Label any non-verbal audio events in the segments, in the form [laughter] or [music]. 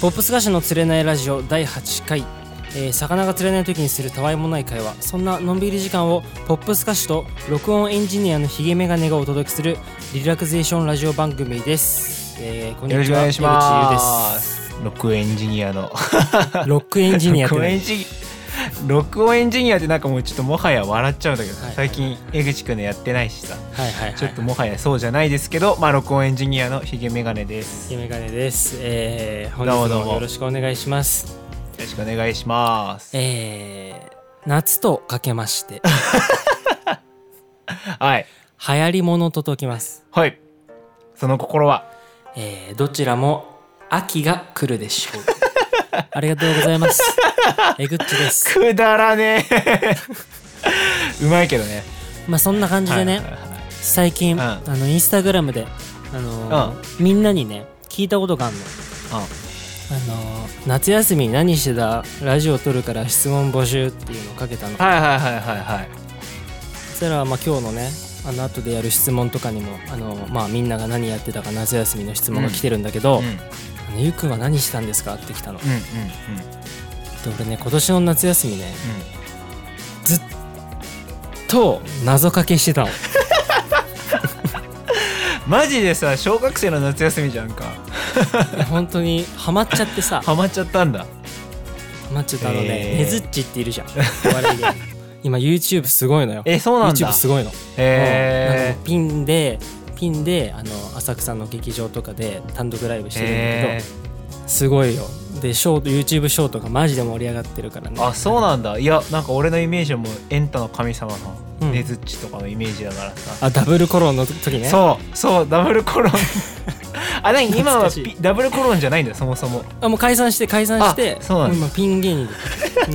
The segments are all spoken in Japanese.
ポップス歌手の釣れないラジオ第8回、えー魚が釣れない時にするたわいもない会話そんなのんびり時間をポップス歌手と録音エンジニアのひげメガネがお届けするリラクゼーションラジオ番組です、えーこんによろしちくおは願いしま江口優ですす。録音エンジニアの。ロックエンジニアって録音なエンい [laughs] ジニア。録音エンジニアってなんかもうちょっともはや笑っちゃうんだけど、はいはい最近江口くんのやってないしさ、はいはいはいちょっともはやそうじゃないですけど、まあ録音エンジニアのひげメガネです。ひげよメガネです、えー本どうも日どうももよろしくお願いしますろしくお願いします。えー夏とかけましてはい。流行りものと解きますはい。その心は。えーどちらも秋が来るでしょう。 [laughs] ありがとうございます。えぐっちです。くだら [laughs] ねえ。うまいけどね。まあそんな感じでね、はいはいはい最近、うんあのインスタグラムで、あのーみんなにね聞いたことがあるの。あのー夏休み何してたラジオ撮るから質問募集っていうのをかけたの。はいはいはいはいはい。そしたらまあ今日のね。あの後でやる質問とかにもあのー、まあ、みんなが何やってたか夏休みの質問が来てるんだけど「うんうんあのゆうくんは何したんですか?」って来たの。でうん俺ね今年の夏休みねうん。ずっと謎かけしてたのマジでさ小学生の夏休みじゃんかいや本当にハマっちゃってさハハマっちゃったんだマっちゃったあのね、へーねずっちっているじゃんお笑 [laughs] い芸人今 YouTube すごいのよえそうなんだ YouTube すごいの、うんなんへかピンでピンであの浅草の劇場とかで単独ライブしてるんだえけど、すごいよでショート YouTube ショートがマジで盛り上がってるからねあそうなんだいやなんか俺のイメージはもうエンタの神様うんのねずっちとかのイメージだからさ、あダブルコロンの時ねそうそうダブルコロンあ何今懐かはしいピダブルコロンじゃないんだよそもそもあもう解散して解散してあそうなんだも今ピン芸人で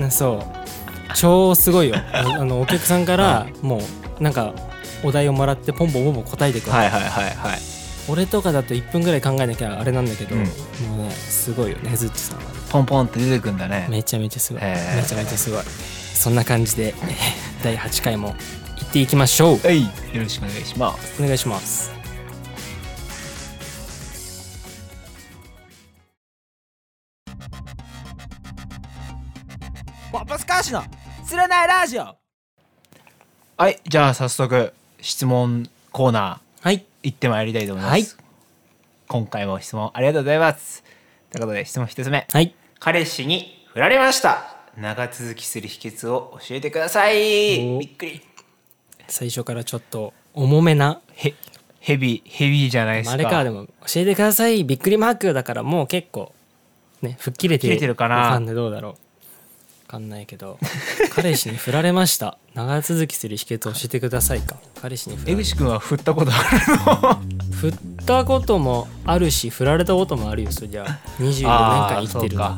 うんそう超すごいよあのあのお客さん [laughs] からもうなんかお題をもらってポンポンポンポン答えていくわけ、いはいはいはい俺とかだと1分ぐらい考えなきゃあれなんだけど、うんもうねすごいよねずっちさんはねポンポンって出てくんだねめちゃめちゃすごい、へーめちゃめちゃすごいそんな感じで [laughs] 第8回も行っていきましょうはいよろしくお願いしますお願いしますポップスカーシュの釣れないラジオはいじゃあ早速質問コーナーはい行ってまいりたいと思います、今回も質問ありがとうございますということで質問一つ目はい彼氏に振られました長続きする秘訣を教えてくださいおびっくり最初からちょっと重めなへヘビヘビじゃないですかあれかでも教えてくださいびっくりマークだからもう結構ね吹っ切れて吹っ切れてるかなファンでどうだろう分かんないけど彼氏に振られました長続きする秘訣を教えてくださいか彼氏に振ら江れ口くんは振ったことあるの振ったこともあるし振られたこともあるよそりゃ24年あ間ー生きてるのか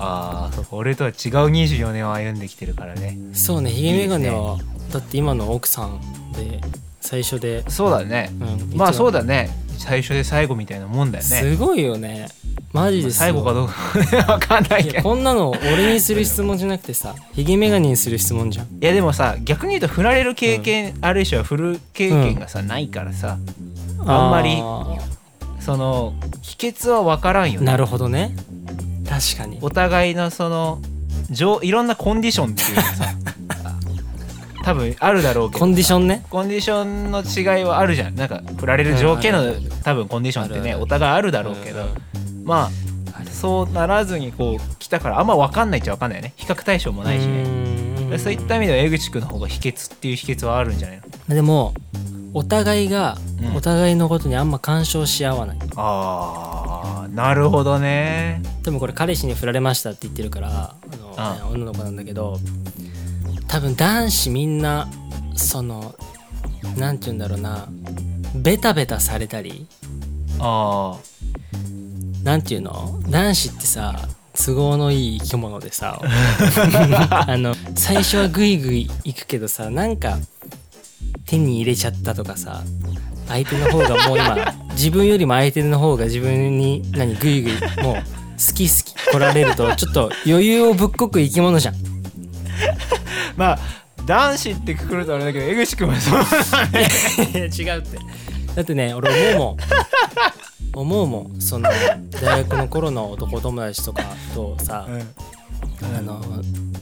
ああそうか俺とは違う24年を歩んできてるからねそうねひげ眼鏡はだって今の奥さんで最初で、そうだねうんまあそうだだね最初で最後みたいなもんだよねすごいよねマジですごい最後かどうかわかんないいけやどこんなの俺にする質問じゃなくてさひげ眼鏡にする質問じゃんいやでもさ逆に言うと振られる経験、あるいは振る経験がさ、ないからさあんまりその秘訣は分からんよねなるほどね確かにお互いのその上いろんなコンディションっていうの [laughs] がさ多分あるだろうけどコンディションねコンディションの違いはあるじゃんなんか振られる条件うのんあるある多分コンディションってあるあねるお互いあるだろうけどまああるそうならずにこう来たからあんま分かんないっちゃ分かんないよね比較対象もないしねねそういった意味では江口くんの方が秘訣っていう秘訣はあるんじゃないのでもお互いがうんお互いのことにあんま干渉し合わない、あーなるほどねでもこれ彼氏に振られましたって言ってるからあの、あね女の子なんだけど多分男子みんなそのなんて言うんだろうなベタベタされたりあなんていうの男子ってさ都合のいい生き物でさあの最初はグイグイ行くけどさなんか手に入れちゃったとかさ相手の方がもう今自分よりも相手の方が自分に何グイグイもう好き好き来られるとちょっと余裕をぶっこく生き物じゃん。いーまあ男子ってくくるとあれだけど江口くんはそうだねや違うってだってね俺思うもん思うもんその大学の頃の男友達とかとさ、あの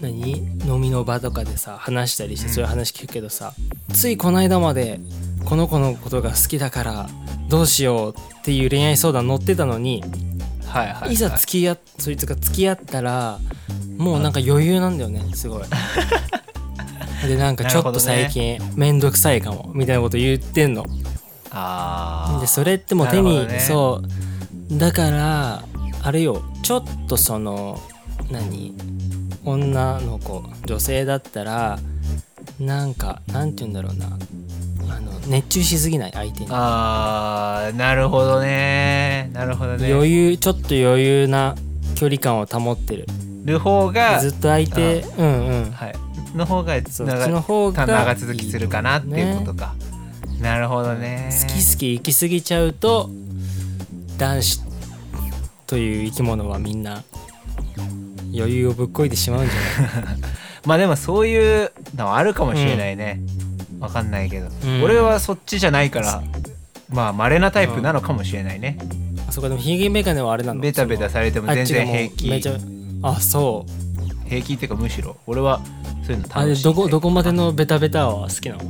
何飲みの場とかでさ話したりしてそういう話聞くけどさ、ついこの間までこの子のことが好きだからどうしようっていう恋愛相談乗ってたのに、はいはい、はい、いざ付き合っそいつが付き合ったらもうなんか余裕なんだよねす [laughs] ごい。でなんかちょっと最近面倒くさいかもみたいなこと言ってんの。あでそれってもう手に、なるほどねそうだからあれよちょっとその何女の子女性だったらなんかなんて言うんだろうなあの熱中しすぎない相手に、あーなるほどねなるほどね余裕ちょっと余裕な距離感を保ってるる方がずっと相手うんうんはいの方がそ長うその方が長続きするかなっていうことかなるほどね好き好き行き過ぎちゃうと男子という生き物はみんな余裕をぶっこいてしまうんじゃないまあでもそういうのはあるかもしれないね、わかんないけど、うん俺はそっちじゃないからまあ稀なタイプなのかもしれないね、 [laughs] あそこでもヒゲメガネはあれなのベタベタされてそものあ全っちが然もう平め気ちゃあそう平気っていうかむしろ俺はそういうの楽しいあね、れどこどこまでのベタベタは好きなの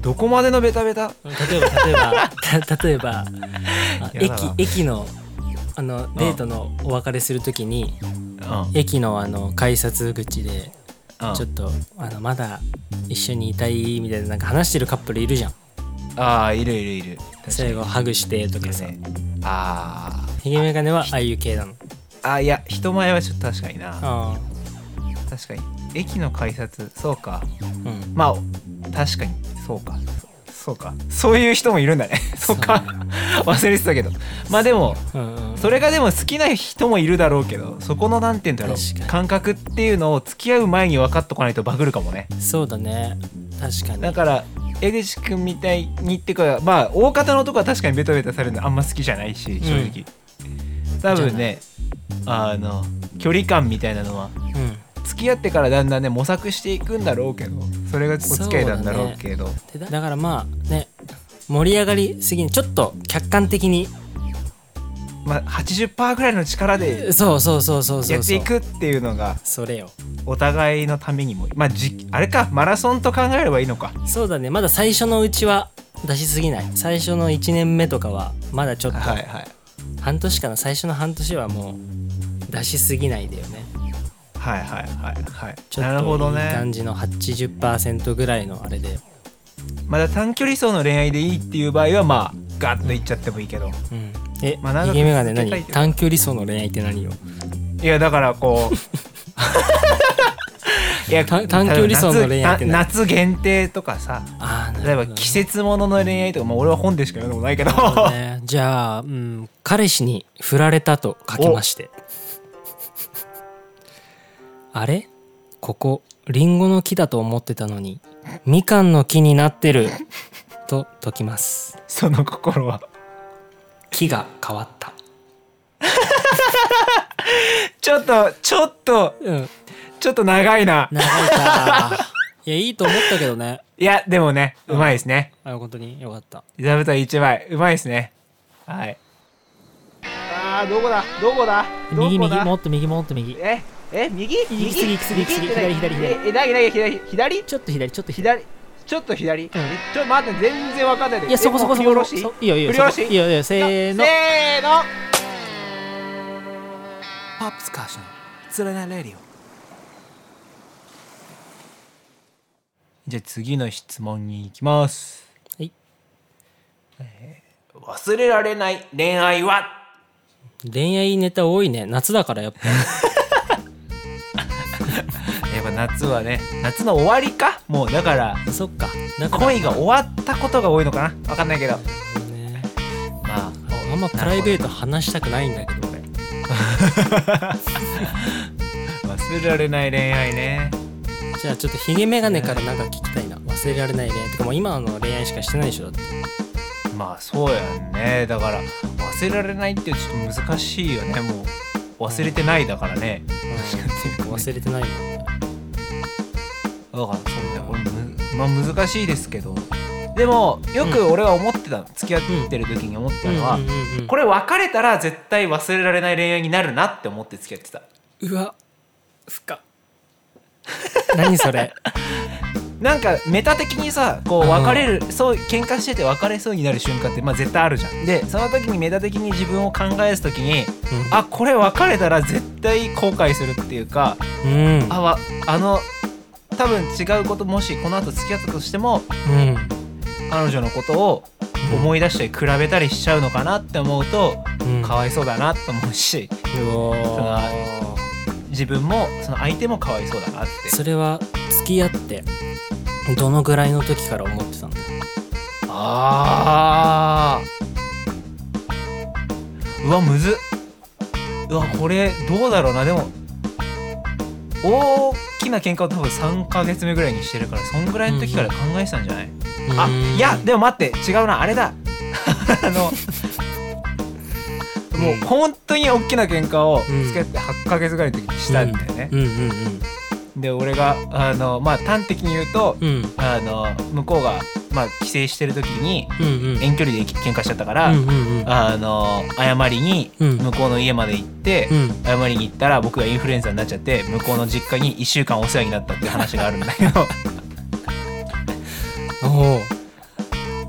どこまでのベタベタ例えば例えば [laughs] た例えばあやだな駅駅のあのデートのお別れするときにうん駅のあの改札口でうんちょっとあのまだ一緒にいたいみたいななんか話してるカップルいるじゃんああいるいるいる最後ハグしてとかさねあヒゲメガネはああいう系なのーあーいや人前はちょっと確かになあ確かに駅の改札そうかあうんまあ確かにそうかそうかそういう人もいるんだねそうか忘れてたけどまあでもうんうんそれがでも好きな人もいるだろうけどそこの何て言うんだろ確かうに感覚っていうのを付き合う前に分かっとかないとバグるかもねそうだね確かにだから江口くんみたいにってかまあ大方のとこは確かにベタベタされるのあんま好きじゃないし正直、多分ねあの距離感みたいなのはうん付き合ってからだんだんね模索していくんだろうけどそれがお付き合いなんだろうけどでだだからまあね盛り上がりすぎにちょっと客観的にまあ、80%ぐらいの力でそうそうそうそうそやうってそういくっていうのがそれよお互いのためにもまあじあれかマラソンと考えればいいのかそうだねまだ最初のうちは出しすぎない最初の1年目とかはまだちょっとはいはい半年かな最初の半年はもう出しすぎないだよねはいはいはいはいちょなるっほとどいい感ねじの80%ぐらいのあれでまだ短距離走の恋愛でいいっていう場合はまあガッといっちゃってもいいけど、うんえ、まあ長くイケメガネ続けたい何けど短距離走の恋愛って何よいやだからこ [laughs] ういやた短距離走の恋愛って何夏夏限定とかさああな例えるほばどね季節ものの恋愛とか、まあ、俺は本でしか読んだことないけどそうねじゃあ、うん、彼氏に振られたと書きま [laughs] してあれここリンゴの木だと思ってたのにみかんの木になってると解きます [laughs] その心は木が変わったちょっとちょっとうんちょっと長いな長いか [laughs] いやいいと思ったけどねいやでもねうまいですねあ本当によかった座布団一枚うまいですねはいあーどこだどこだど右こ右だもっと右もっと右ええ右右行き過ぎ行き過ぎ行き過ぎって何左左左ええなぎなぎ左左ちょっと左ちょっと左左ちょっと左、えちょっと待って全然わかんないいやそこそこそ振り下ころそしこいいよいいよ振り下ろそこしいいよいいよせーのせーのパップスカーションつれないレディオじゃあ次の質問に行きますはい忘れられない恋愛は恋愛ネタ多いね夏だからやっぱやっぱ夏はね夏の終わりかもうだからそっかだから恋が終わったことが多いのかなわかんないけどねまああんまプライベート話したくないんだけど俺忘れられない恋愛ねじゃあちょっとヒゲメガネからなんか聞きたいな忘れられない恋愛てかもう今の恋愛しかしてないでしょだってまあそうやんねだから忘れられないってちょっと難しいよねもう忘れてないだからねうん忘れてないもんだからそうねこれむまあ難しいですけどでもよく俺は思ってたの付き合ってる時に思ってたのは、うんうんうんこれ別れたら絶対忘れられない恋愛になるなって思って付き合ってたうわ深っ何それなんかメタ的にさこううん別れる、そう喧嘩してて別れそうになる瞬間って、まあ、絶対あるじゃんでその時にメタ的に自分を考えす時にあこれ別れたら絶対後悔するっていうかうんうんあわあの多分違うこともしこの後付き合ったとしてもうん彼女のことを思い出して比べたりしちゃうのかなって思うと、うんかわいそうだなと思うしうおーその自分もその相手もかわいそうだなってそれは付き合ってどのぐらいの時から思ってたのあーうわむずっうわこれどうだろうなでも大きな喧嘩を多分3ヶ月目ぐらいにしてるからそんぐらいの時から考えてたんじゃない、あいやでも待って違うなあれだ [laughs] あのもう本当に大きな喧嘩を付き合って8ヶ月ぐらいの時にしたんだよね、うんうんで俺があのまあ端的に言うとうんうんあの向こうがまあ帰省してる時にうんうん遠距離で喧嘩しちゃったから、うんうんうんあの謝りにうん向こうの家まで行って、うん謝りに行ったら僕がインフルエンザになっちゃって向こうの実家に1週間お世話になったっていう話があるんだけどおお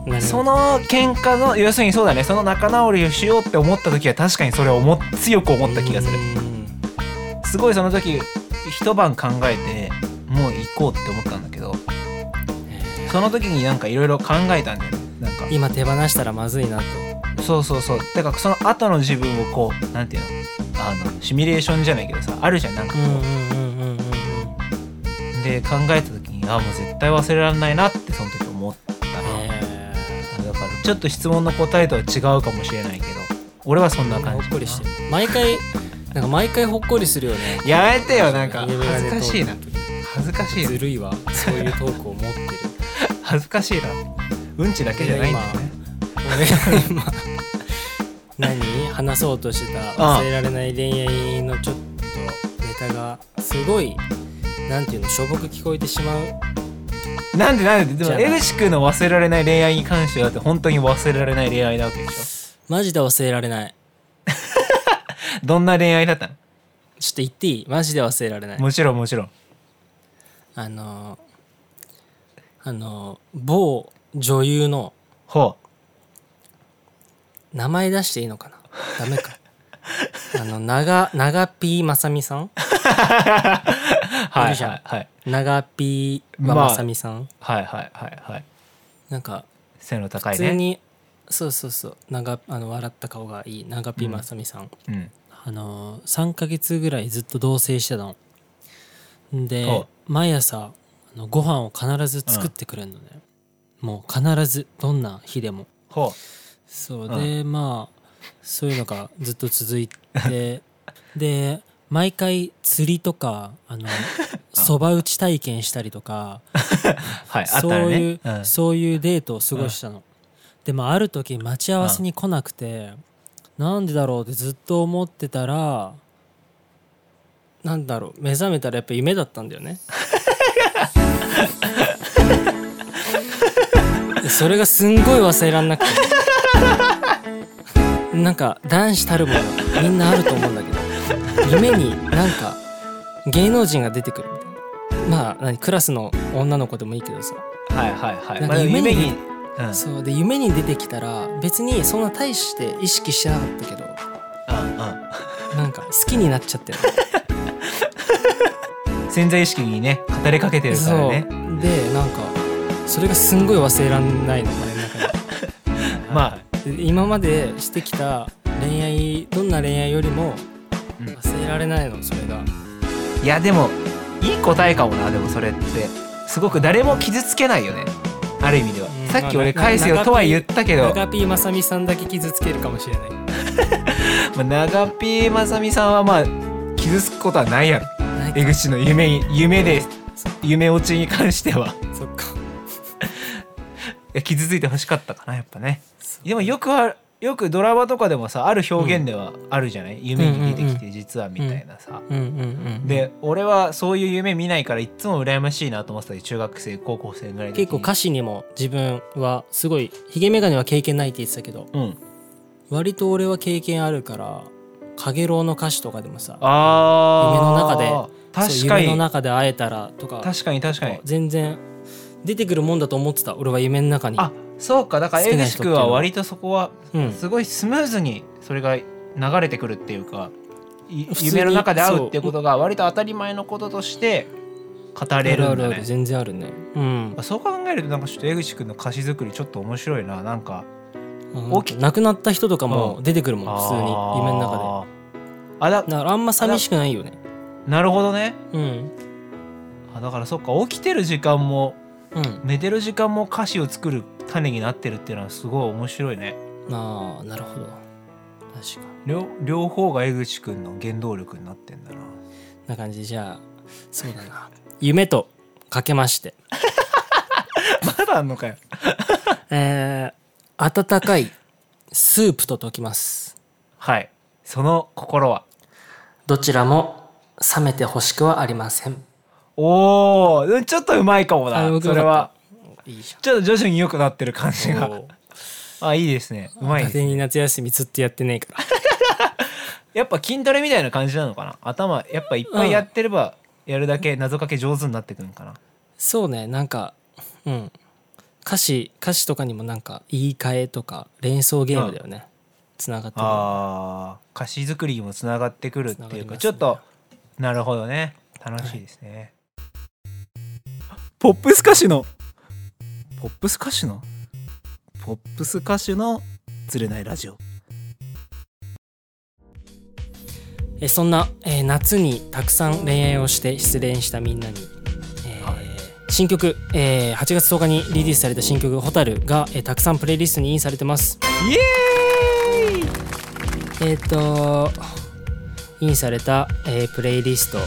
なるそほどの喧嘩の要するにそうだねその仲直りをしようって思った時は確かにそれを思っ強く思った気がするうんすごいその時一晩考えてもう行こうって思ったんだけどその時になんかいろいろ考えたんだよねなんか今手放したらまずいなとそうそうそうだからその後の自分をこうなんていうのあのシミュレーションじゃないけどさあるじゃんなんかうこんう、うんうんうんうんで考えた時にあもう絶対忘れられないなってその時思ったうんな、へだからちょっと質問の答えとは違うかもしれないけど俺はそんなー感ほじっこりしてる毎回なんか毎回ほっこりするよねやめてよなんか夢が恥出ずてかしいな恥ずかしいずなるいわそういうトークを持ってる恥ずかしいなうんちだけじゃないんだよね俺が今 [laughs] 何話そうとしてたああ忘れられない恋愛のちょっとネタがすごいなんていうのしょぼく聞こえてしまうなんでなんででじゃあもな江口君の忘れられない恋愛に関してはだって本当に忘れられない恋愛なわけでしマジで忘れられないょどんな恋愛だったのちょっと言っていいマジで忘れられないもちろんもちろんあのあの某女優のほう名前出していいのかなダメかあの長長 P まさみさんいはいるじゃんはいはい長 P ままあまさみさん、はいはいはいはいなんか背の高普い通ねに、そうそうそう長あの笑った顔がいい長 P まさみさん、うんあの3ヶ月ぐらいずっと同棲してたのでお毎朝あのご飯を必ず作ってくれるのね、もう必ずどんな日でもほそうで、まあそういうのがずっと続いて [laughs] で毎回釣りとかあ [laughs] のそば打ち体験したりとかうはいあったそらうねいう、うんそういうデートを過ごしたの、でもある時待ち合わせに来なくて、なんでだろうってずっと思ってたらなんだろう目覚めたらやっぱ夢だったんだよねそれがすんごい忘れらんなくてなんか男子たるものみんなあると思うんだけど夢になんか芸能人が出てくるみたいなまあ何クラスの女の子でもいいけどさはいはいはい。なんかまあでも夢夢にに、うん、うんそうで夢に出てきたら別にそんな大して意識してなかったけどなんか好きになっちゃってるうん潜在意識にね、語りかけてるかそらうね。でなんかそれがすんごい忘れらんないの俺の中までで今までしてきた恋愛どんな恋愛よりもうん忘れられないのそれがあ、いやでも、いい答えかもな、でもそれって。すごく誰も傷つけないよね。ある意味では。うんさっき俺まあな返せよとは言ったけど、長 P まさみさんだけ傷つけるかもしれないまあ長ピーまさみさんはまあ、傷つくことはないやろ。ない江口の夢に、夢で、夢落ちに関しては。そっかいや傷ついてほしかったかな、やっぱね。そうでもよくは、よくドラマとかでもさある表現ではあるじゃない、夢に出てきて実はみたいなさ、うんうんうん、で俺はそういう夢見ないからいっつも羨ましいなと思ってたけど中学生高校生ぐらいの時結構歌詞にも自分はすごいヒゲメガネは経験ないって言ってたけどうん割と俺は経験あるから「かげろう」の歌詞とかでもさあー夢のそう確か夢のに中で会えたらとか確かに確かに全然出てくるもんだと思ってた俺は夢の中にあそうかだから好江きな口人ってい君うのはは割とそこはうん、すごいスムーズにそれが流れてくるっていうかい普通に夢の中で会うっていうことが割と当たり前のこととして語あれるるあんだるあねる全然あるねうんそう考えるとなんかちょっと江口君の歌詞作りちょっと面白いななんかうん亡くなった人とかも出てくるもん普通にあー夢の中あだでだからあんま寂しくないよねなるほどねうんあだからそっか起きてる時間もうん寝てる時間も歌詞を作る種になってるっていうのはすごい面白いねああなるほど確かに両両方が江口くんの原動力になってんだなな感じでじゃあそうだ [laughs] な夢とかけましてまだあんのかよえー、温かいスープと溶きます [laughs] はいその心はどちらも冷めてほしくはありませんおおちょっとうまいかもあな僕それはいいじちょっと徐々に良くなってる感ゃじんがもうあいいですねうまい家です庭に夏休みずっとやってねえからやっぱ筋トレみたいな感じなのかな頭やっぱいっぱいやってればやるだけ謎かけ上手になってくるのかな [laughs] そうねなんかうん歌詞歌詞とかにもなんか言い換えとか連想ゲームだよねつながってるあー歌詞作りにもつながってくるっていうか、つながりますねちょっとなるほどね楽しいですね、ポップス歌手のポップス歌手のポップス歌手のつれないラジオえそんな、えー夏にたくさん恋愛をして失恋したみんなに、えー新曲、えー8月10日にリリースされた新曲「蛍」が、えーたくさんプレイリストにインされてますイエーイえっ、とインされた、えープレイリスト、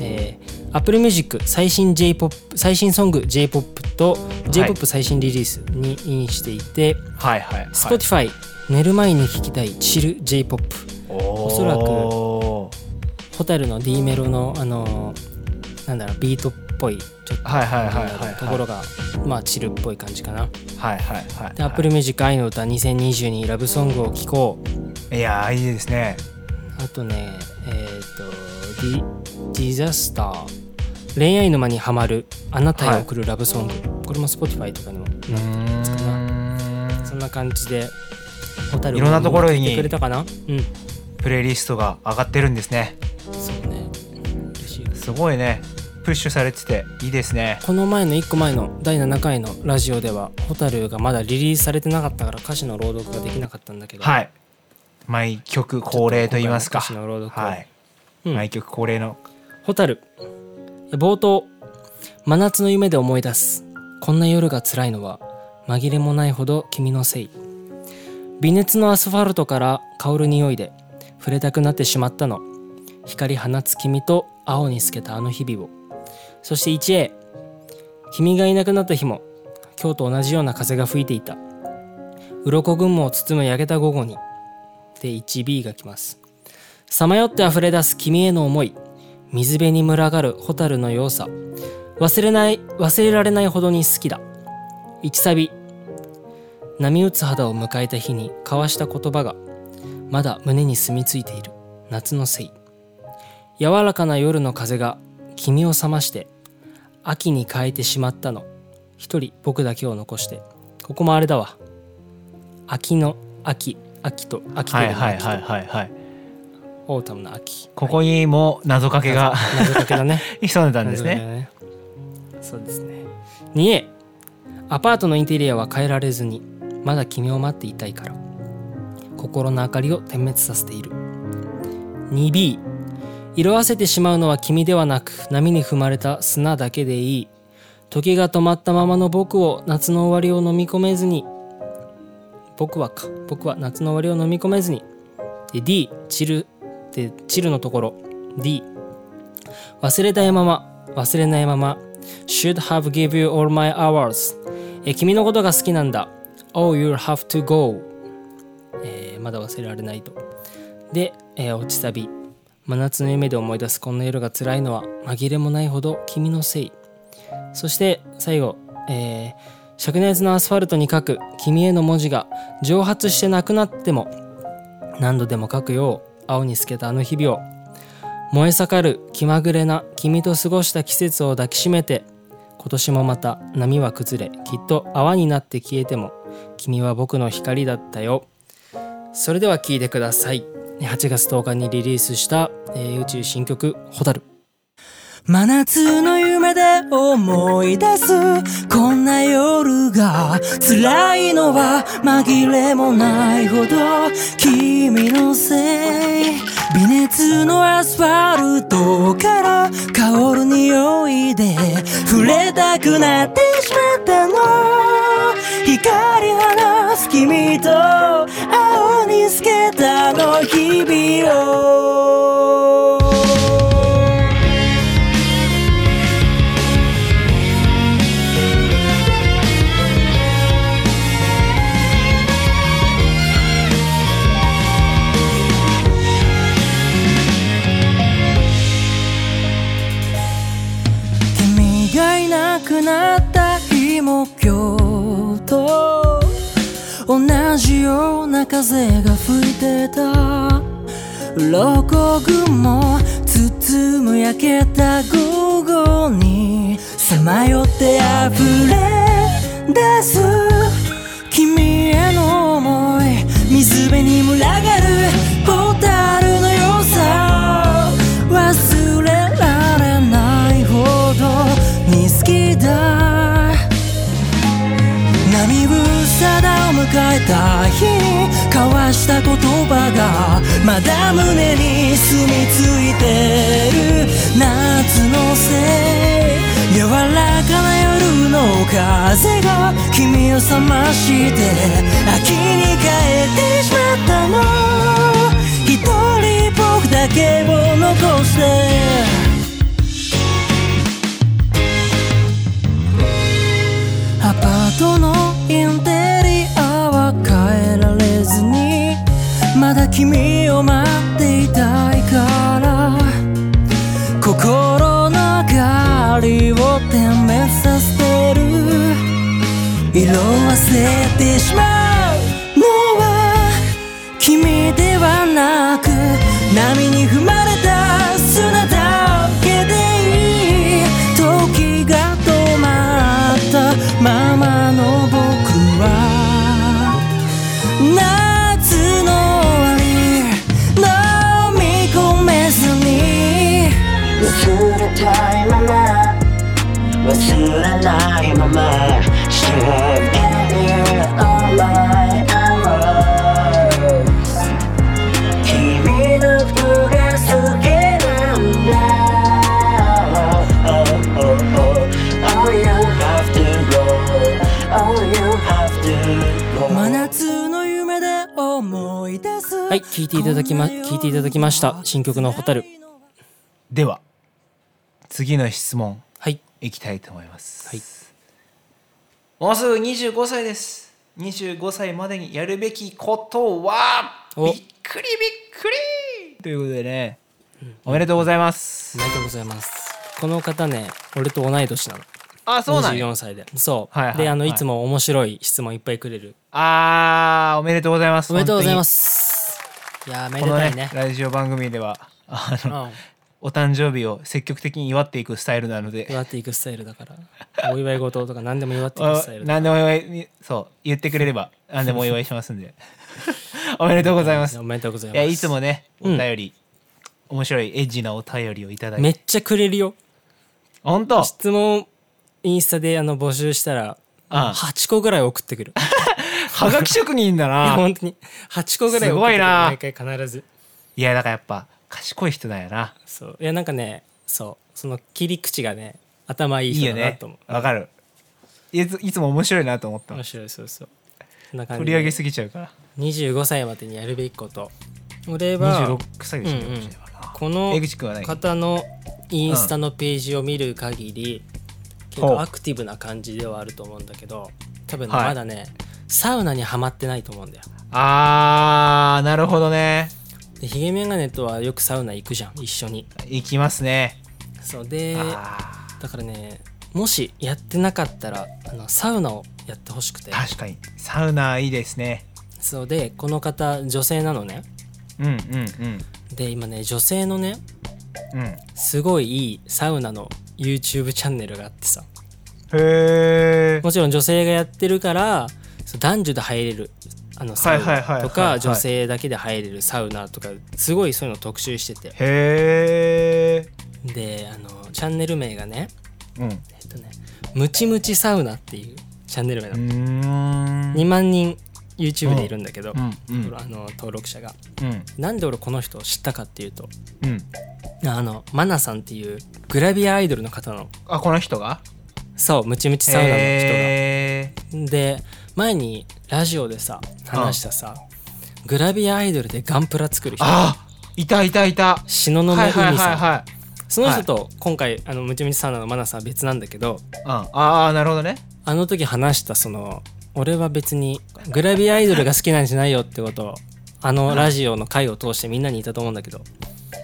えー、Apple Music 最新 J-POP 最新ソング J-POP と J-POP 最新リリースにインしていて、はいはい、はい、 Spotify、寝る前に聴きたいチル J-POP おおそらくくホタルの D メロのあのーなんだろうビートっぽいちょっとはいはいはいはいなんだはろいうところがまあチルっぽい感じかなはいはいはいで Apple Music 愛の歌2022ラブソングを聴こういやーいいですねあとねえっ、とディディザスター恋愛沼にはまるあなたへ送るラブソング、これも Spotify とかにもうーんそんな感じでホタルいろんなところにてくれたかなうんプレイリストが上がってるんですねそうね嬉しいすごいねプッシュされてていいですねこの前の1個前の第7回のラジオではホタルがまだリリースされてなかったから歌詞の朗読ができなかったんだけど、はい毎曲恒例と言いますかちょっと今回の歌詞の朗読をはい、うん毎曲恒例のホタル冒頭真夏の夢で思い出すこんな夜が辛いのは紛れもないほど君のせい微熱のアスファルトから香る匂いで触れたくなってしまったの光放つ君と青に透けたあの日々をそして 1A 君がいなくなった日も今日と同じような風が吹いていた鱗雲を包む焼けた午後にで 1B が来ますさまよって溢れ出す君への思い水辺に群がる蛍のようさ忘れない忘れられないほどに好きだ一サビ波打つ肌を迎えた日に交わした言葉がまだ胸に住み着いている夏のせい柔らかな夜の風が君を覚まして秋に変えてしまったの一人僕だけを残してここもあれだわ秋の秋秋と秋とはいういののはい秋とはいはいはいオータムの秋ここにも謎かけが謎かけだ [laughs] ね [laughs] 潜んでたんですねそうですね 2A アパートのインテリアは変えられずにまだ君を待っていたいから心の明かりを点滅させている 2B 色あせてしまうのは君ではなく波に踏まれた砂だけでいい時が止まったままの僕を夏の終わりを飲み込めずに僕はか僕は夏の終わりを飲み込めずにで D チルでチルのところ D 忘れたいまま忘れないまま Should have give you all my hours えー君のことが好きなんだ Oh you'll have to go、えまだ忘れられないとで、えー落ちサビ真夏の夢で思い出すこんな夜が辛いのは紛れもないほど君のせいそして最後、えー灼熱のアスファルトに書く君への文字が蒸発してなくなっても何度でも書くよう青に透けたあの日々を燃え盛る気まぐれな君と過ごした季節を抱きしめて今年もまた波は崩れきっと泡になって消えても君は僕の光だったよそれでは聴いてください8月10日にリリースした、えー宇宙新曲「ホタル真夏の夢で思い出すこんな夜が辛いのは紛れもないほど君のせい微熱のアスファルトから香る匂いで触れたくなってしまったの光放す君と青に透けたあの日々を君がいなくなった日も今日と同じような風が吹いてたロコ雲包む焼けた午後にさまよって溢れ出す君への想い水辺に群がるポタルの良さ忘れられないほどに好きだ波ぶさだを迎えた日に交わした言葉がまだ胸に住み着いてる夏のせい柔らかな夜の風が君を覚まして秋に帰ってしまったの一人僕だけを残してアパートのインテリアは変えられずにまだ君を待っていたいから心の明かりを点滅させてる色あせてしまうのは君ではなく波に踏まれた砂だけでいい時が止まったままの僕は夏の終わり飲み込めずに忘れたいまま忘れないまま Still in you all my hours 君の服が好きなんだ Oh oh oh Oh you have to go Oh you have to go 真夏の夢で思い出す」はい聴いていただきま聞いていただきました新曲の「ホタルでは次の質問はいいきたいと思います、はいもうすぐ25歳です25歳までにやるべきことはびおっくりびっくりということでねおめでとうございますありがとうございますこの方ね俺と同い年なのあそうなんや24歳でそう、はいはいであのはいいつも面白い質問いっぱいくれるあーおめでとうございますおめでとうございますすいやーめでこのたねいねラジオ番組ではあうのんお誕生日を積極的に祝っていくスタイルなので祝っていくスタイルだからお祝い事とか何でも祝っていくあスタイルだ何でもお祝いにそう言ってくれれば何でもお祝いします [laughs] んでおめでとうございますおめでとうございいますやいつもねおうん便り、面白いエッジなお便りをいただいめてっちゃくれるよ本当質問インスタであの募集したらあ8個ぐらい送ってくるいはがき職人だやな本当に8個ぐらい送ってくるすごいな毎回必ずいやだからやっぱ賢い人だよなそういやなんかねそうその切り口がね頭いいいい人よだなねと思うわかるいついつも面白いなと思った面白いそうそうこんな感じ取でり上げすぎちゃうから25歳までにやるべきこと俺は26歳でしょ、うんうん年だからなこの江口君はない方のインスタのページを見る限り、結ほう構アクティブな感じではあると思うんだけど多分ねはいまだね、サウナにはまってないと思うんだよあーなるほどねでヒゲメガネとはよくサウナ行くじゃん一緒にいきますね、そうであだからねもしやってなかったらあのサウナをやってほしくてー確かにサウナいいですねそうでこの方女性なのねうんうんうんで今ね女性のねうんへすごいいいサウナの YouTube チャンネルがあってさえ [laughs] もちろん女性がやってるからそう男女で入れるあのサウはいはいはいはナいとか女性だけで入れるサウナとかすごいそういうの特集しててへえであのチャンネル名がねうんうえっとねムチムチサウナっていうチャンネル名なーの、ん2万人 YouTube でいるんだけど、うんうんあの登録者がうんなんで俺この人を知ったかっていうとうんあのマナさんっていうグラビアアイドルの方のあこの人がそうムチムチサウナの人が、へーで前にラジオでさ話したさグラビアアイドルでガンプラ作る人あいたいたいた篠宮は海いさん、はいはいはその人と今回あのムチムチサウナのマナさんは別なんだけどい、うん、ああなるほどねあの時話したその俺は別にグラビアアイドルが好きなんじゃないよってことをあのラジオの回を通してみんなに言ったと思うんだけど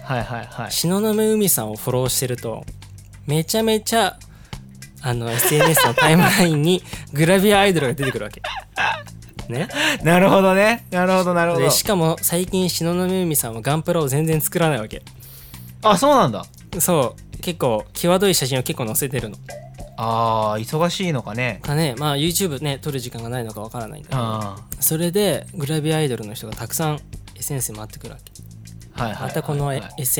はいはいはい東雲海さんをフォローしてるとめちゃめちゃあの SNS のタイムラインにグラビアアイドルが出てくるわけ。ね、なるほどねなるほどなるほどでしかも最近東雲海さんはガンプラを全然作らないわけあそうなんだそう結構際どい写真を結構載せてるのあー忙しいのかねかねまあ YouTube ね撮る時間がないのかわからないんだけどあそれでグラビアアイドルの人がたくさん SNS に回ってくるわけあはいはいはいはいまたこの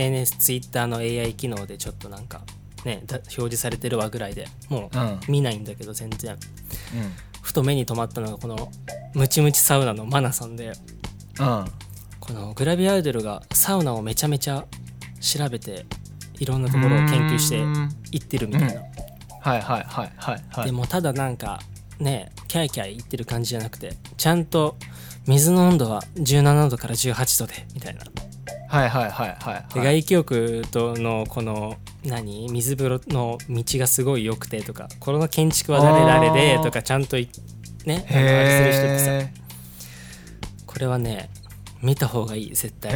SNSTwitter の AI 機能でちょっとなんかねだ表示されてるわぐらいでもうんう見ないんだけど全然うんふと目に留まったのがこのムチムチサウナのマナさんでうんこのグラビアアイドルがサウナをめちゃめちゃ調べていろんなところを研究してうーんいってるみたいな、はいはいはいはいはいでもただなんかねキャイキャイ言ってる感じじゃなくてちゃんと水の温度は17度から18度でみたいな、はいはいはいはいではい外気浴とのこの何水風呂の道がすごい良くてとかこの建築は誰々でとかちゃんといねあのあれする人ってさへえこれはね見た方がいい絶対へ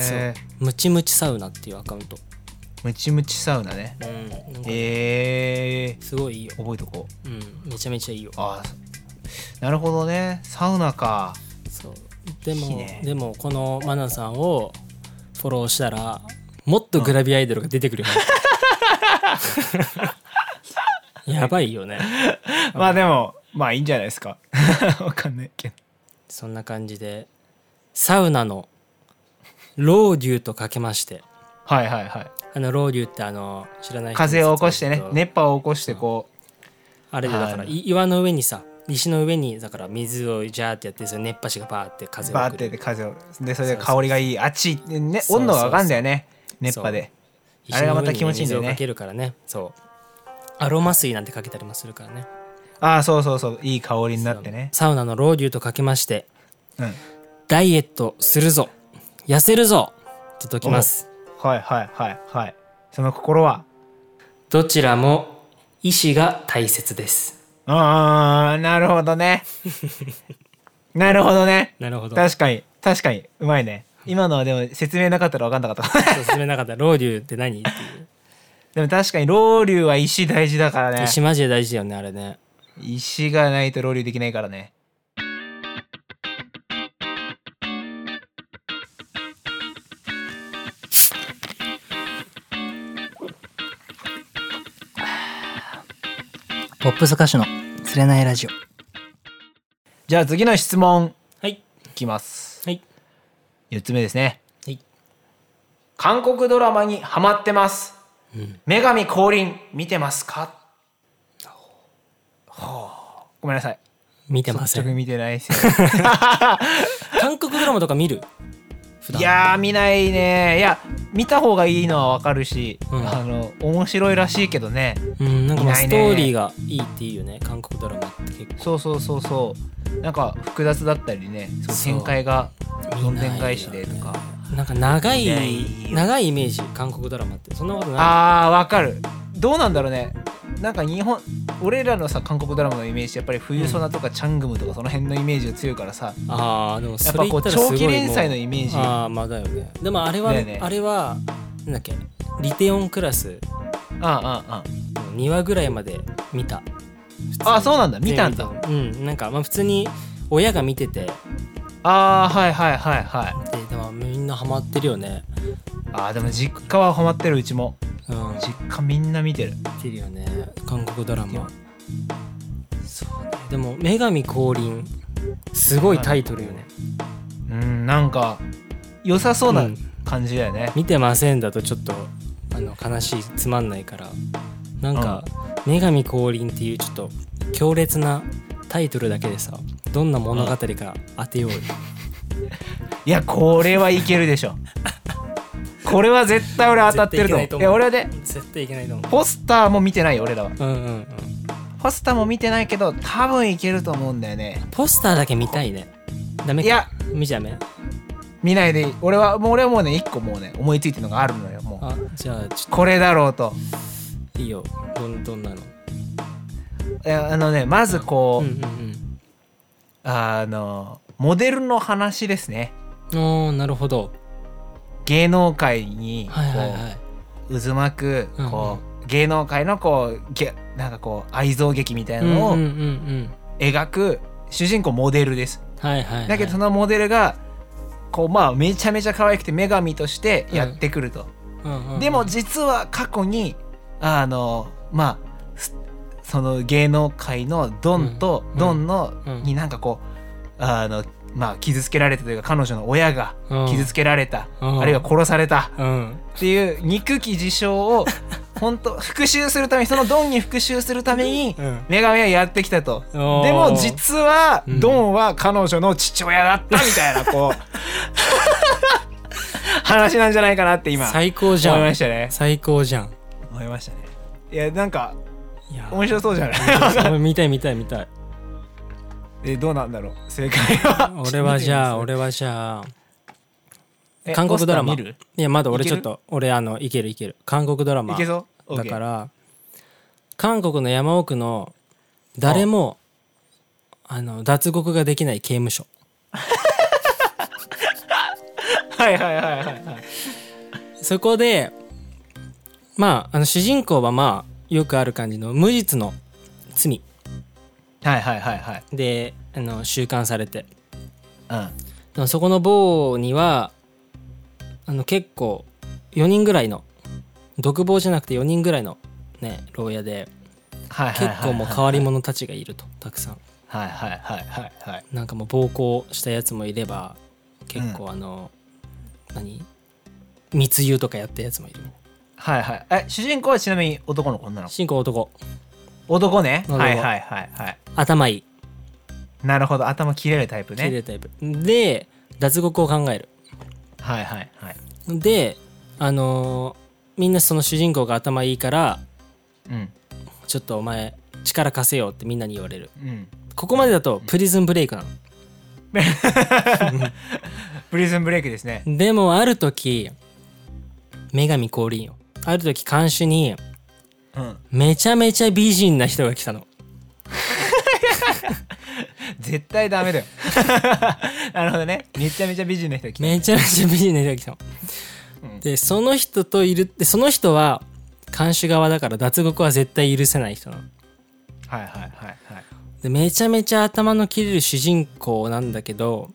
えムチムチサウナっていうアカウントムチムチサウナねうんなんかへえすごいいいよ、覚えとこううん、めちゃめちゃいいよあーなるほどねサウナかそうでもいいねでもこのマナさんをフォローしたらもっとグラビアアイドルが出てくるよ、 [laughs] うにやばいよね [laughs] まあでもまあいいんじゃないですか [laughs] わかんないけどそんな感じでサウナのロウデュとかけましてはいはいはいあのロウデュってあの知らない人に風を起こしてね説明すると熱波を起こしてこあれでだからはいい岩の上にさ石の上にだから水をジャーってやってその熱波師がバーって風うを送バるーって風をでそれで香りがいいあっちねそうそうそう温度が上がるんだよね熱波であれがまた気持ちいいんだよね石の上に水をかけるからねそうアロマ水なんてかけたりもするからねああそうそうそういい香りになってねサウナのロウリュとかけましてうんダイエットするぞ痩せるぞと解きますはいはいはいはいその心はどちらも意志が大切ですああなるほど [laughs] ねなるほどねなるほど確かに確かにうまいね今のはでも説明なかったら分かんなかった進めなかったロウリュって何っていう [laughs] でも確かにロウリュは石大事だからね石マジで大事だよねあれね石がないとロウリュできないからねポップス歌手の釣れないラジオじゃあ次の質問はいいきますはい4つ目ですねはい韓国ドラマにハマってます、ん女神降臨見てますかはあごめんなさい見てませ全くん見てないで [laughs] すよ韓国ドラマとか見る普段いやー見ないねいや見た方がいいのはわかるし、うんあの面白いらしいけどねうんなんかもう見ないスねトーリーがいいっていいよね韓国ドラマって結構そうそうそうそうなんか複雑だったりねそうそう展開がどんでん返し見でなといよか、ねなんか長いいやいいよ長いイメージ韓国ドラマってそんなことないあーわかるどうなんだろうねなんか日本俺らのさ韓国ドラマのイメージってやっぱり「冬ソナ」とか「チャングム」とかその辺のイメージが強いからさああでもやっそぱれこ言っうたらすごい長期連載ものイメーうジああまあだよねでもあれは、だよねあれはなんだっけリテオンクラスあああ2話ぐらいまで見たああそうなんだ見たんだ全部見たうんなんかまあ普通に親が見ててでああはいはいはいはいでもみんなハマってるよねああでも実家はハマってるうちもうん実家みんな見てる見てるよね韓国ドラいやマそうねでも「女神降臨」すごいタイトルよねうんなんか良さそうなうん感じだよね、見てませんだとちょっとあの悲しいつまんないからなんか「女神降臨」っていうちょっと強烈なタイトルだけでさどんな物語か当てようよいやこれはいけるでしょこれは絶対俺当たって絶対いると思うけないとい思うや俺はね絶対いけないと思ポスターも見てないよ俺らはううんうんうんポスターも見てないけど多分いけると思うんだよねポスターだけ見たいねダメいかや見ちゃダメ見ないでいい俺はもう俺はもうね一個もうね思いついてるのがあるのよもうあじゃあちょっこれだろうとといいよどんどんなのいやあのねまずこうう、んうんあのモデルの話ですねうんおーなるほど芸能界にこはいはいはいう渦巻くうんこう芸能界のこうげなんかこう愛憎劇みたいなのうをんうんうんうん描く主人公モデルです。はいはい、はい、だけどそのモデルがこうまあめちゃめちゃ可愛くて女神としてやってくると。うんうんうんでも実は過去にあのまあすその芸能界のドンとうんドンのうんになんかこうあのまあ傷つけられたというか彼女の親が傷つけられた、うんあるいは殺されたうんっていう憎き事 [laughs] 象を本当復讐するためにそのドンに復讐するためにうん女神はやってきたと。ででも実はうんドンは彼女の父親だったみたいな [laughs] こう話なんじゃないかなって今最高じゃん思いましたね最高じゃん思いましたねいやなんかいや面白そうじゃな [laughs] いい見たい見たい見たいえどうなんだろう正解は俺はじ [laughs] ゃあ見て俺はじゃあみます韓国ドラマえポスター見るいやまだ俺いちけょるっと俺あのいけるいける韓国ドラマいけそうだから韓国の山奥の誰もあの脱獄ができない刑務所はいはいはいはいはいそこでまああの主人公はまあよくある感じの無実の罪はいはいはいはいであの収監されてうんでもそこの某にはあの結構4人ぐらいの独房じゃなくて4人ぐらいのね牢屋ではいはいは結いは構いもう変わり者たちがいるとたくさんはいはいはいはいはいなんかもう暴行したやつもいれば結構あの、何密輸とかやったやつもいるはいはいえ主人公はちなみに男の子女の子進行男男ね男はいはいはいはい頭いいなるほど頭切れるタイプ切れねるタイプ、で脱獄を考えるはいはいはいであのーみんなその主人公が頭いいからうんちょっとお前力貸せよってみんなに言われるうんここまでだとプリズンブレイクなプリズンブレイクですねの。でもある時、女神降臨よ。ある時看守にうんめちゃめちゃ美人な人が来たの。絶対ダメだよ [laughs] なるほどねめちゃめちゃ美人な人が来ためちゃめちゃ美人な人が来たの。うんで、その人といるって、その人は看守側だから脱獄は絶対許せない人なの。はいはいはいで、めちゃめちゃ頭の切れる主人公なんだけど、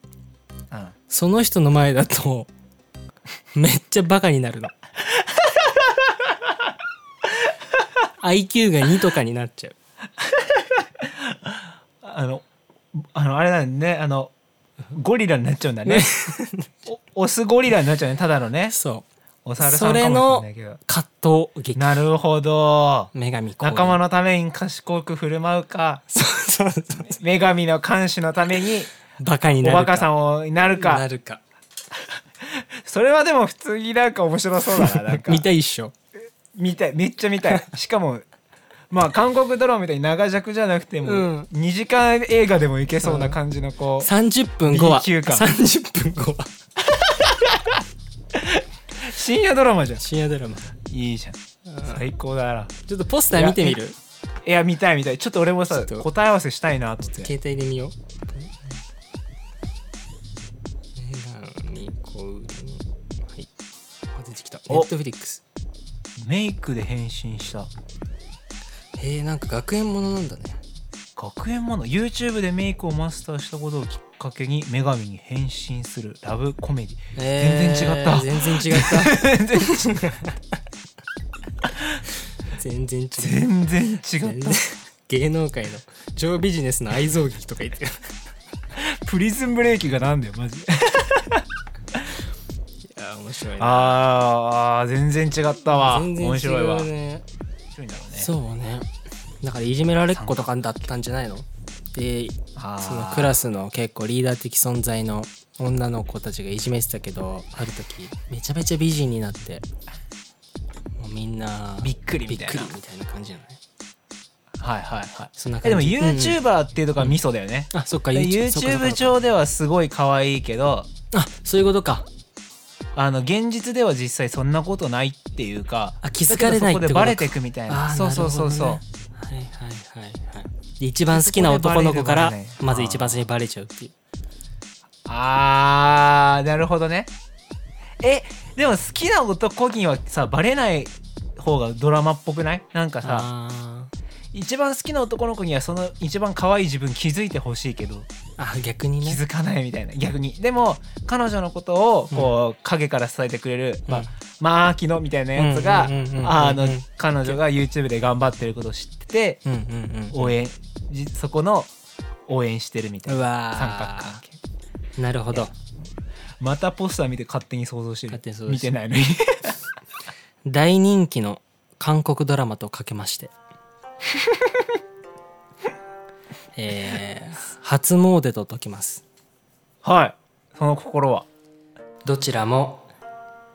はい、その人の前だ [laughs] とめっちゃバカになるの。IQ が2とかになっちゃう。うん、あのあのあれなんねあのゴリラになっちゃうんだね [laughs] おオスゴリラになっちゃうねただのねそう。お猿さそんかれものしれないけど葛藤劇なるほど女神降臨仲間のために賢く振る舞うかそうそうそう女神の監視のためにバカにおなるかバカさんをなるかなるかそれはでも普通になんか面白そうだななん [laughs] か見たいっしょ見たいめっちゃ見 [laughs] たいしかもまあ韓国ドラマみたいに長尺じゃなくても、うん2時間映画でもいけそうな感じのこう、 30分後は B 級か30分後は深夜ドラマじゃん深夜ドラマいいじゃん最高だないちょっとポスター見てみるいや見たい見たいちょっと俺もさちょっと答え合わせしたいなと思って携帯で見よう。メガネコウはい。あ出てきた。ネおットフリックス。メイクで変身したへえなんか学園ものなんだね。学園もの YouTube でメイクをマスターしたことをきっかけに女神に変身するラブコメディえー全然違った全然違 [laughs] った。全然違った。全然違った芸能界の超ビジネスの愛憎劇とか言ってるプリズンブレーキがなんだよマジでいやー面白いなあーあー全然違ったわ全然違う、ね、面白いわ面白いんだろうねそうねだからいじめられっ子とかだったんじゃないのであーそのクラスの結構リーダー的存在の女の子たちがいじめてたけどある時めちゃめちゃ美人になってもうみんなびっくりみたいなびっくりみたいな感じじゃないはいはいはいそんなえ感でもじ YouTuber っていうとこはミソだよね、うんあそっかで YouTube そっかそっか YouTube 上ではすごい可愛いけどあそういうことかあの現実では実際そんなことないっていうかあ気づかれないってことかだけどそこでバレてくみたいなあーそうそうそうそう、なるほどねはいはいはいはいで一番好きな男の子からそこでバレるバレないまず一番最初にバレちゃうっていうあーなるほどねえでも好きな男にはさバレない方がドラマっぽくないなんかさあー一番好きな男の子にはその一番可愛い自分気づいてほしいけどあ逆に気ねづかないみたいな逆にでも彼女のことをこう影から伝えてくれる、まあうんまあ昨日みたいなやつがうんうんうんうんうんうんあの彼女が YouTube で頑張ってることを知っててうんうんうん応援じそこの応援してるみたいうなわー三角関係なるほどまたポスター見て勝手に想像してる勝手に想像見しててる [laughs] ないのに大人気の韓国ドラマとかけま [laughs] してえー、初詣と解きますはいその心はどちらも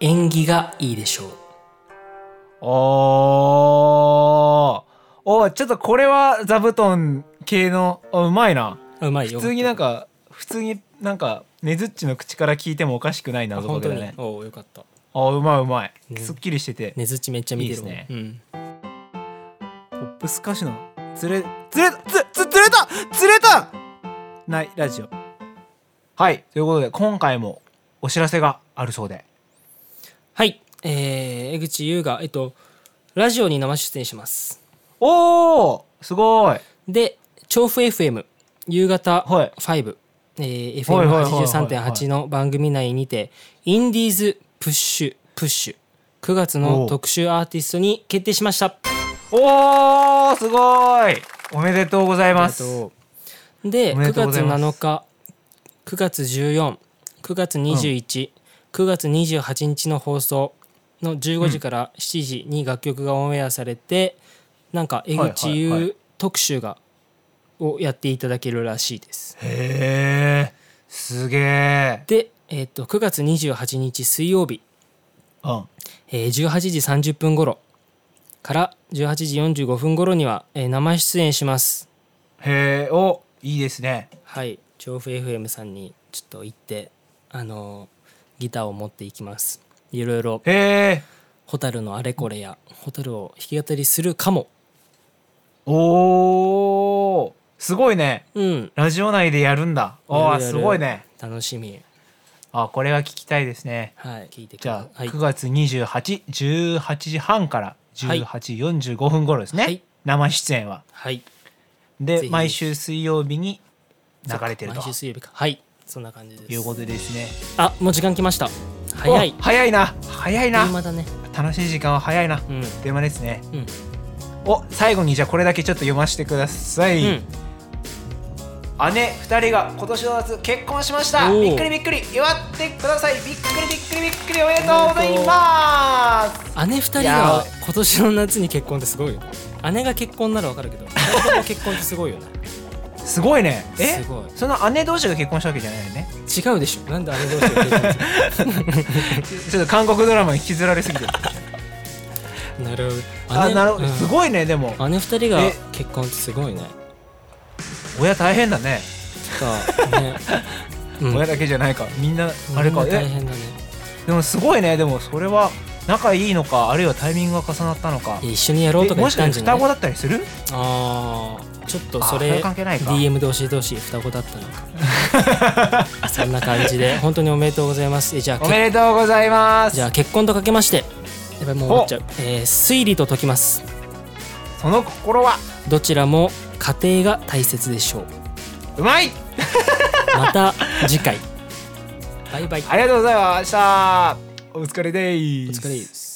縁起がいいでしょうおーおーちょっとこれは座布団系のあうまいなあうまいよ普通になんか普通になんかねずっちの口から聞いてもおかしくないあ謎本解き当だにねおおよかったあうまいうまい、ねすっきりしてて、ねずっちめっちゃ見てるもんいいですうんポップス歌手の釣れ釣れつつ釣れた釣れたないラジオはいということで今回もお知らせがあるそうではい、えー、江口優が、えっと、ラジオに生出演します。おおすごいで、調布 FM、夕方はい5、えー、はいはいはいはいはい FM83.8 の番組内にて、インディーズプッシュ、プッシュ、9月のおう特集アーティストに決定しました。おおすごいおめでとうございますでおめ9でとうご月ざいます7日9月149月219月28日の放送の15時から7時に楽曲がオンエアされて、なんか江口はいはいは優特集がをやっていただけるらしいです。へえすげえで、えっと9月28日水曜日、うんえー18時30分頃から18時45分頃には、えー生出演します。へえおいいですねはい調布 FM さんにちょっと行ってあのギターを持っていきますいろいろへえ蛍のあれこれや蛍を弾き語りするかもおおすごいねうんラジオ内でやるんだおやおるやるすごいね楽しみあこれは聞きたいですねはい聞いてくじゃだあさい9はい、月2818時半からはい18時45分頃ですね、はい生出演ははい、ぜひぜでひ毎週水曜日に流れてると毎週水曜日かはいそんな感じですいうことですねあもう時間来ました早いお早いな早いな今だね楽しい時間は早いなうん電話ですねうんお最後にじゃあこれだけちょっと読ませてください、うん姉2人が今年の夏結婚しましたおーびっくりびっくり祝ってくださいびっくりびっくりびっくりおめでとうございます姉二人いやが今年の夏に結婚ってすごいよ姉が結婚ならわかるけど姉とも結婚ってすごいよねすごいね [laughs] えすごいその姉同士が結婚したわけじゃないよね違うでしょなんで姉同士が結婚するちょっと韓国ドラマに引きずられす [laughs] ぎてる [laughs] なるほどあ姉なるほどうんすごいねでも姉二人がえ結婚ってすごいね。親大変だねか [laughs] ね。うん親だけじゃないかみんなあれかみんな大え変だね。でもすごいねでもそれは仲いいのかあるいはタイミングが重なったのかいや一緒にやろうとかえ言もっしかたんしてじゃない双子だったりするああちょっとあそそれれ関係な [laughs] いか DM で教えてほしい双子だったのか [laughs] そんな感じで本当におめでとうございますえじゃあおめでとうございまじすゃあ結婚とかけましてやばいもう終わっちゃう、えー推理と解きますその心はどちらも家庭が大切でしょううまいまた次回バイバイありがとうございましたお疲れでーおす疲れです